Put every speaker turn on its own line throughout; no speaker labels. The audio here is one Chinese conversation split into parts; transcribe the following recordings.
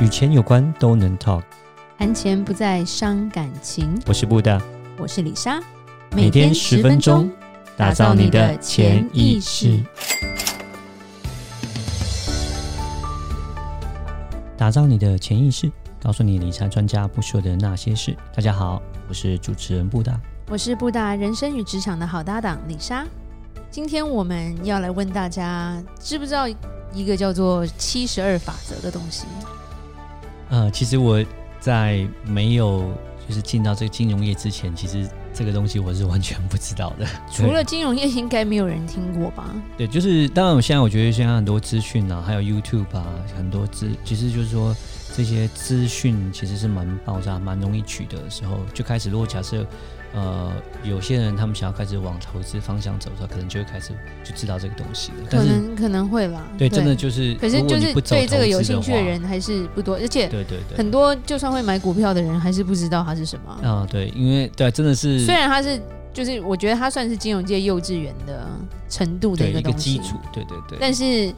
与钱有关都能 talk。
谈钱不再伤感情，
我是布大，
我是李莎，
每天十分钟，打造你的潜意识。打造你的潜意识，告诉你理财专家不说的那些事。大家好，我是主持人布大。
我是布达人生与职场的好搭档李莎。今天我们要来问大家，知不知道一个叫做七十二法则的东西？
呃，其实我在没有就是进到这个金融业之前，其实这个东西我是完全不知道的。
除了金融业，应该没有人听过吧？
对，就是当然，我现在我觉得现在很多资讯啊，还有 YouTube 啊，很多资，其实就是说这些资讯其实是蛮爆炸、蛮容易取得的时候，就开始如果假设呃有些人他们想要开始往投资方向走的时候，可能就会开始就知道这个东西了。但
可
是
能可能会啦。
对，真的就是，
可是
如果
就
你
是
不走
对这个
投
有
资
兴趣的
话，
人还是不多，而且
对对对，
很多就算会买股票的人还是不知道它是什么。
啊、对，因为对，真的是
虽然它是，就是我觉得它算是金融界幼稚园的程度的
对
一个
一个
东
基
西，
础，对对对，
但是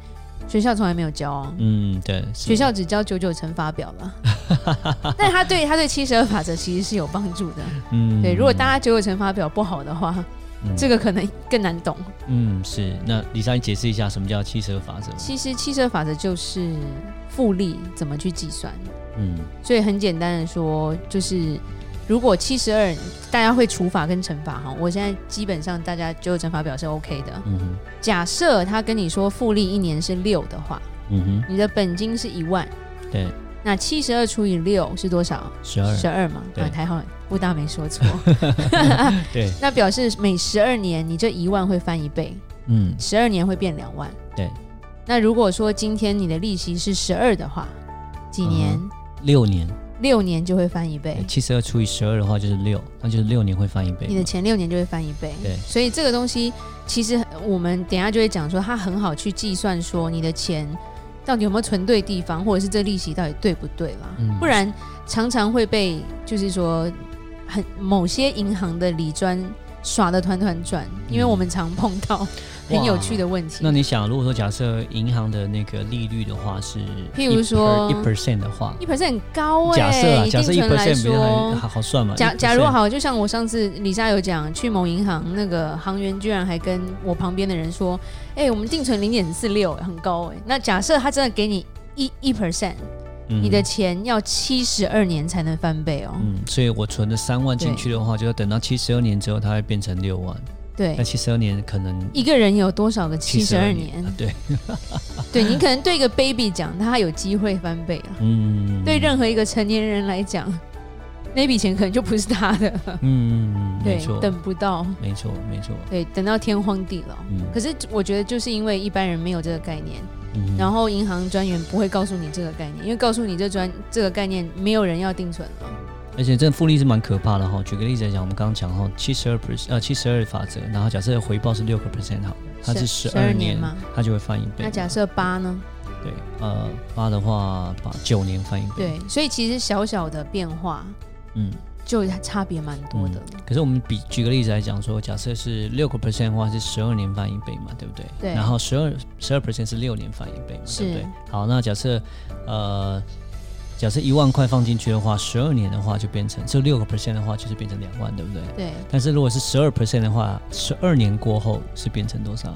学校从来没有教啊。
嗯，对，是
学校只教九九乘法表 了， 但他对他对七十二法则其实是有帮助的。
嗯，
对，如果大家九九乘法表不好的话，
嗯
这个可能更难懂。
嗯，是。那李莎，你解释一下什么叫七十二法则吗？
其实七十二法则就是复利怎么去计算，
嗯
所以很简单的说，就是如果七十二，大家会除法跟乘法哈。我现在基本上大家九九乘法表是 OK 的。
嗯哼
假设他跟你说复利一年是六的话，
嗯哼，
你的本金是一万，
对，
那七十二除以六是多少？
十二，
十二嘛，
对
啊，还好布大没说 错。
对，
那表示每十二年你这一万会翻一倍，
嗯
十二年会变两万。
对。
那如果说今天你的利息是十二的话，几年？
嗯六年，
六年就会翻一倍，
七十二除以十二的话就是六，那就是六年会翻一倍嘛。
你的前六年就会翻一倍。
对
所以这个东西其实我们等一下就会讲说，它很好去计算说你的钱到底有没有存对地方，或者是这利息到底对不对啦。
嗯
不然常常会被就是说很某些银行的理专耍的团团转，因为我们常碰到很有趣的问题。
嗯那你想，如果说假设银行的那个利率的话是，
譬如说
一 percent 的话，
一 percent 很高哎、
假设啊，
以
假
定
设一
存来
percent 比较
说
还好好算嘛。
假
1%
假如，好，就像我上次李莎有讲，去某银行那个行员居然还跟我旁边的人说：“哎、我们定存零点四六，很高哎、那假设他真的给你一一 percent，
嗯
你的钱要七十二年才能翻倍哦、
嗯，所以我存了三万进
对
去的话，就要等到七十二年之后，它会变成六万。那
对，
七十二年可能
一个人有多少个七十二
72
年？
啊对，
对你可能对一个 baby 讲，他有机会翻倍啊。
嗯，
对任何一个成年人来讲，那笔钱可能就不是他的，
嗯，嗯嗯没
对
错，，
等不到，
没错，没错，
对，等到天荒地老。
嗯，
可是我觉得，就是因为一般人没有这个概念。
嗯
然后银行专员不会告诉你这个概念，因为告诉你这专这个概念，没有人要定存了。
而且这复利是蛮可怕的哈、举个例子来讲，我们刚刚讲哈，七十二 percent 呃七十二法则，然后假设回报是六个 percent 好了，它是
十
十
12
二
年
年
嘛
它就会翻一倍。
那假设八呢？
对呃八的话，八九年翻一倍。，
对，所以其实小小的变化
嗯。
就差别蛮多的。
可是我们比举个例子来讲说，假设是六个 percent 的话，是十二年翻一倍嘛，对不对？
对
然后十二十二 percent 是六年翻一倍嘛，对不对
是？
好，那假设呃，假设一万块放进去的话，十二年的话就变成这六个 percent 的话，就是变成两万，对不对？
对，
但是如果是十二 percent 的话，十二年过后是变成多少？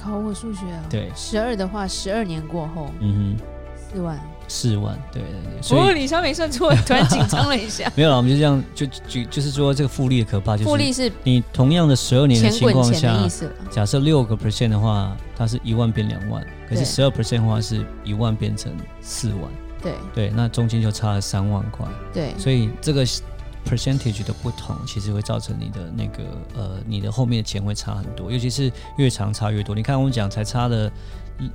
考我数学啊。
对
十二的话，十二年过后
嗯
四万。哦
哼，四万。对对对，
不
所
过
以。
李莎没算错，突然紧张了一下
没有了，我们就这样就就就是说这个复利的可怕，就
复
是
利是
你同样的十二年的
钱
情
滚
况
钱的
下
意，思了。
假设六个 percent 的话，它是一万变两万，可是
对
十二 percent 的话是一万变成四万，
对
对，那中间就差了三万块，
对，
所以这个 percentage 的不同，其实会造成你的那个呃，你的后面的钱会差很多，尤其是越长差越多。你看我们讲才差了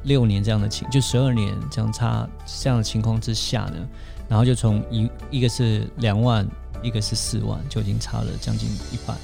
六年这样的情，就十二年这样差这样的情况之下呢，然后就从一一个是两万，一个是四万，就已经差了将近一半。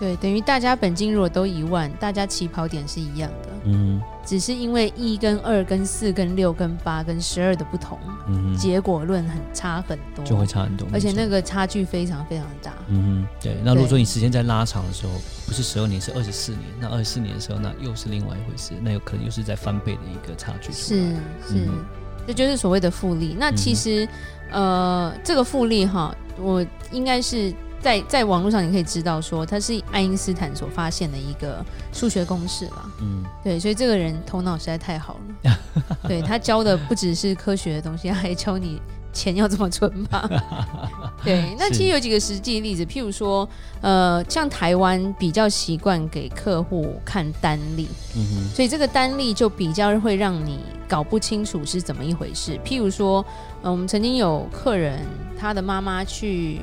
对，等于大家本金如果都一万，大家起跑点是一样的，
嗯
只是因为一跟二跟四跟六跟八跟十二的不同，
嗯哼，
结果论很差很多，
就会差很多。
而且
没错
那个差距非常非常大。
嗯哼，对。那如果
对
说你时间在拉长的时候，不是十二年，是二十四年，那二十四年的时候，那又是另外一回事，那有可能又是在翻倍的一个差距出
是
来。
是，
嗯
这就是所谓的复利。那其实，呃，这个复利哈，我应该是在在网络上你可以知道说，它是爱因斯坦所发现的一个数学公式啦。
嗯，
对，所以这个人头脑实在太好了。对他教的不只是科学的东西，他还教你钱要怎么存吧。对，那
是
其实有几个实际例子，譬如说，呃，像台湾比较习惯给客户看单例，
嗯哼，
所以这个单例就比较会让你搞不清楚是怎么一回事。譬如说，嗯，我们曾经有客人，他的妈妈去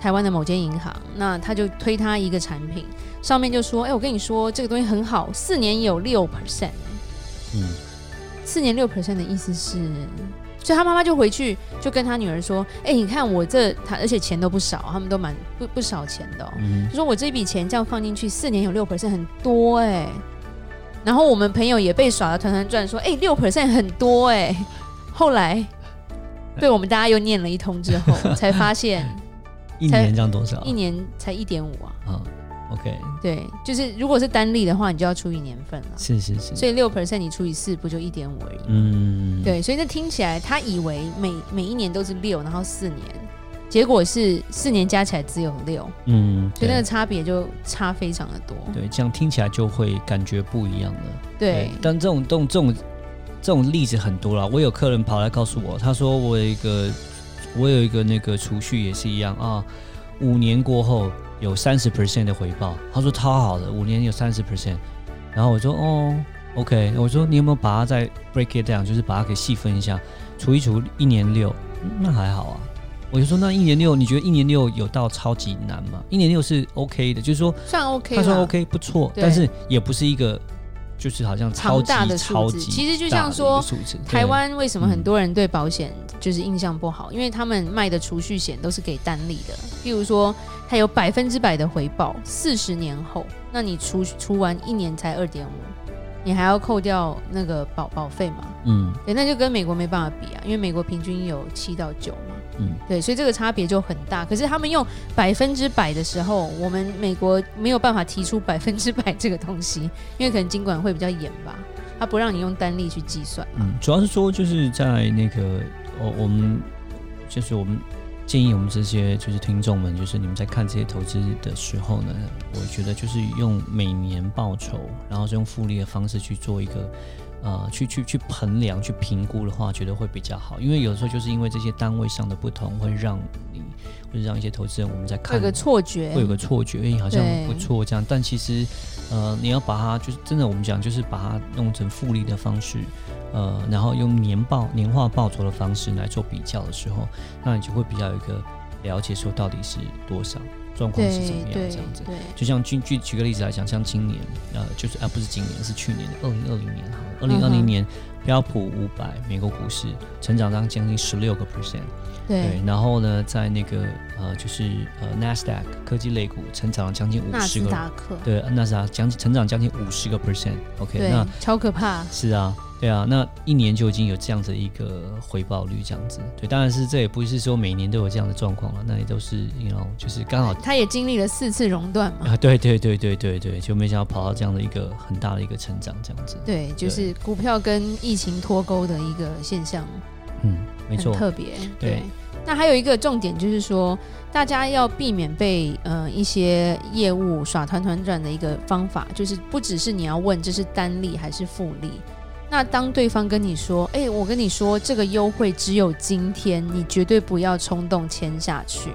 台湾的某间银行，那他就推他一个产品，上面就说：“哎、我跟你说，这个东西很好，四年有六 percent，
嗯
四年六 percent 的意思是。”所以他妈妈就回去就跟他女儿说：“哎、你看我这他，而且钱都不少，他们都蛮不不少钱的、哦。
嗯
就说我这笔钱这样放进去，四年有六 percent 很多哎、然后我们朋友也被耍的团团转，说哎六 percent 很多哎、后来被我们大家又念了一通之 后，才发现
哼，一年这样多少？
一年才一点五啊。
啊，OK，
对，就是如果是单利的话，你就要除以年份了。
是是是，
所以六 percent 你除以四，不就一点五而已？
嗯，
对，所以那听起来他以为每每一年都是六，然后四年，结果是四年加起来只有六，
嗯，
所以那个
对
差别就差非常的多。
对，这样听起来就会感觉不一样了。
对
但这种动这种这种例子很多啦。我有客人跑来告诉我，他说我有一个我有一个那个储蓄也是一样啊，五年过后有三十 percent 的回报，他说超好的，五年有三十 percent。然后我说哦，OK，我说你有没有把它再 break it down，就是把它给细分一下，除一除一年六，嗯那还好啊。我就说那一年六，你觉得一年六有到超级难吗？一年六是 OK 的，就是说
算 OK
他
啦。
说 OK 不错，
对
但是也不是一个就是好像超
庞
级
大的
超
数字，
级
其实就
大的
像
一
说
个数字对
台
嗯
湾为什么很多人对保险就是印象不好，因为他们卖的储蓄险都是给单利的，比如说它有百分之百的回报，四十年后，那你除除完一年才二点五，你还要扣掉那个保保费嘛？
嗯
对，那就跟美国没办法比啊，因为美国平均有七到九嘛。
嗯
对，所以这个差别就很大。可是他们用百分之百的时候，我们美国没有办法提出百分之百这个东西，因为可能经管会比较严吧，他不让你用单利去计算。
嗯，主要是说就是在那个哦，我们就是我们建议我们这些就是听众们，就是你们在看这些投资的时候呢，我觉得就是用每年报酬，然后是用复利的方式去做一个。呃，去去去衡量、去评估的话，觉得会比较好，因为有时候就是因为这些单位上的不同，会让你，会让一些投资人我们在
会
看
有个错觉，
会有个错觉，哎、好像
对
不错这样。但其实，呃，你要把它就是真的，我们讲就是把它弄成复利的方式，呃，然后用年报、年化报酬的方式来做比较的时候，那你就会比较有一个了解，说到底是多少，状况是怎么样
对
这样子。
对
就像举举举个例子来讲，像今年，呃，就是啊，不是今年，是去年的二零二零年，好了，二
嗯
零二零
哼
年标普五百美国股市成长到将近十六个 percent。对
对，，
然后呢，在那个呃，就是呃 NASDAQ 科技类股成长了将近五
纳
十
斯
个，
达克，
对，呃纳斯达将近成长将近五十个 percent。OK，
对
那，
超可怕，
是啊，对啊，那一年就已经有这样子一个回报率，这样子。对，当然是这也不是说每年都有这样的状况了，那也都是你 you know 就是刚好
他也经历了四次熔断嘛，
啊， 对对对对对对，就没想到跑到这样的一个很大的一个成长，这样子。
对，就是股票跟疫情脱钩的一个现象，
嗯，没
很
错，
特别，
对
对。那还有一个重点就是说，大家要避免被呃一些业务耍团团转的一个方法，就是不只是你要问这是单利还是复利。那当对方跟你说，哎、我跟你说这个优惠只有今天，你绝对不要冲动签下去，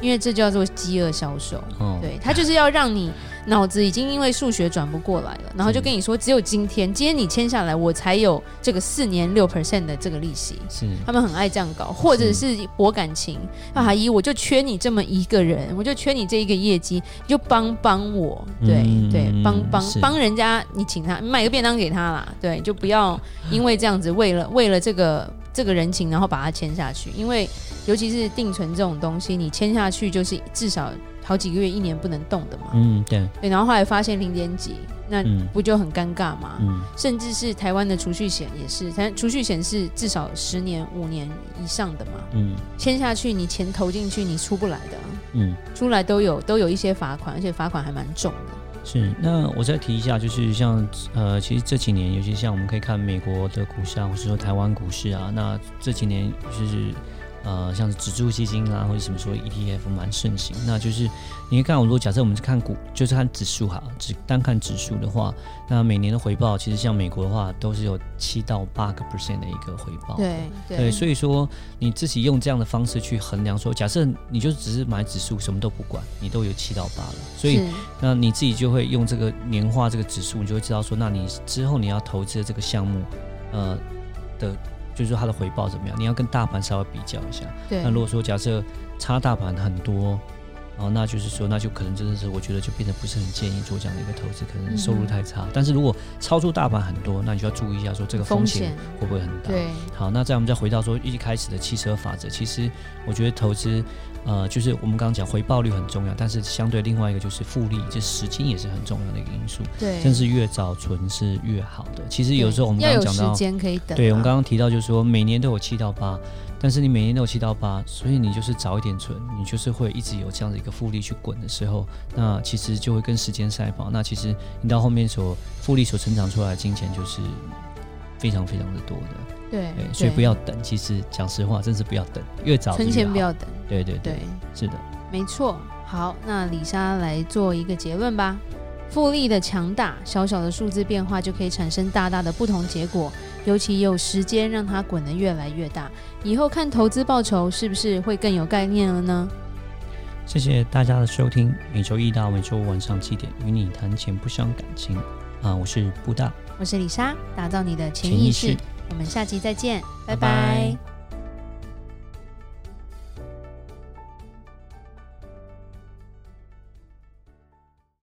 因为这叫做饥饿销售。
哦，
对，他就是要让你脑子已经因为数学转不过来了，然后就跟你说，只有今天，今天你签下来，我才有这个四年六 percent 的这个利息。
是
他们很爱这样搞，或者是
嗯
博感情。啊，阿姨，我就缺你这么一个人，我就缺你这一个业绩，你就帮帮我，对、
嗯
对，帮帮
是
帮人家，你请他买个便当给他啦，对，就不要因为这样子， 为了为了这个这个人情，然后把它签下去，因为尤其是定存这种东西，你签下去就是至少好几个月、一年不能动的嘛，
嗯，对，
对，然后后来发现零点几，那
嗯
不就很尴尬吗？
嗯
甚至是台湾的储蓄险也是，但储蓄险是至少十年、五年以上的嘛，
嗯
签下去你钱投进去你出不来的啊，
嗯，
出来都有都有一些罚款，而且罚款还蛮重的。
是。那我再提一下，就是像呃，其实这几年，尤其像我们可以看美国的股市啊，或是说台湾股市啊，那这几年就是呃，像是指数基金啊，或者什么说 ETF 蛮盛行。那就是你可以看，如果假设我们是看股，就是看指数哈，只单看指数的话，那每年的回报，其实像美国的话，都是有七到八个 percent 的一个回报。
对
对，所以说你自己用这样的方式去衡量说，假设你就只是买指数，什么都不管，你都有七到八了，所以
是
那你自己就会用这个年化这个指数，你就会知道说，那你之后你要投资的这个项目，呃的，就是说它的回报怎么样，你要跟大盘稍微比较一下。
对
那如果说假设差大盘很多。哦，那就是说，那就可能真的是，我觉得就变得不是很建议做这样的一个投资，可能收入
嗯
太差。但是如果超出大盘很多，那你就要注意一下，说这个风
风
险啊
险
会不会很大？
对
好，那再我们再回到说一开始的汽车法则，其实我觉得投资，呃，就是我们刚刚讲回报率很重要，但是相对另外一个就是复利，就是时间也是很重要的一个因素，
对，
甚至越早存是越好的。其实有时候我们
要
刚刚
有
讲
时
到，
间可以等啊。
对我们刚刚提到就是说每年都有七到八，但是你每年都有七到八，所以你就是早一点存，你就是会一直有这样的一个复利去滚的时候，那其实就会跟时间赛跑。那其实你到后面所复利所成长出来的金钱就是非常非常的多的。
对
对，所以不要等。其实讲实话，真是不要等，越早
存
是越
钱
好
不。要等，
对对对，
对，
是的，
没错。好，那李莎来做一个结论吧。复利的强大，小小的数字变化就可以产生大大的不同结果，尤其有时间让它滚得越来越大，以后看投资报酬是不是会更有概念了呢？
谢谢大家的收听。每周一到每周五晚上七点，与你谈钱不伤感情。啊、我是布大，
我是李莎，打造你的潜
潜意
意
识
识。我们下期再见，
拜
拜
拜
拜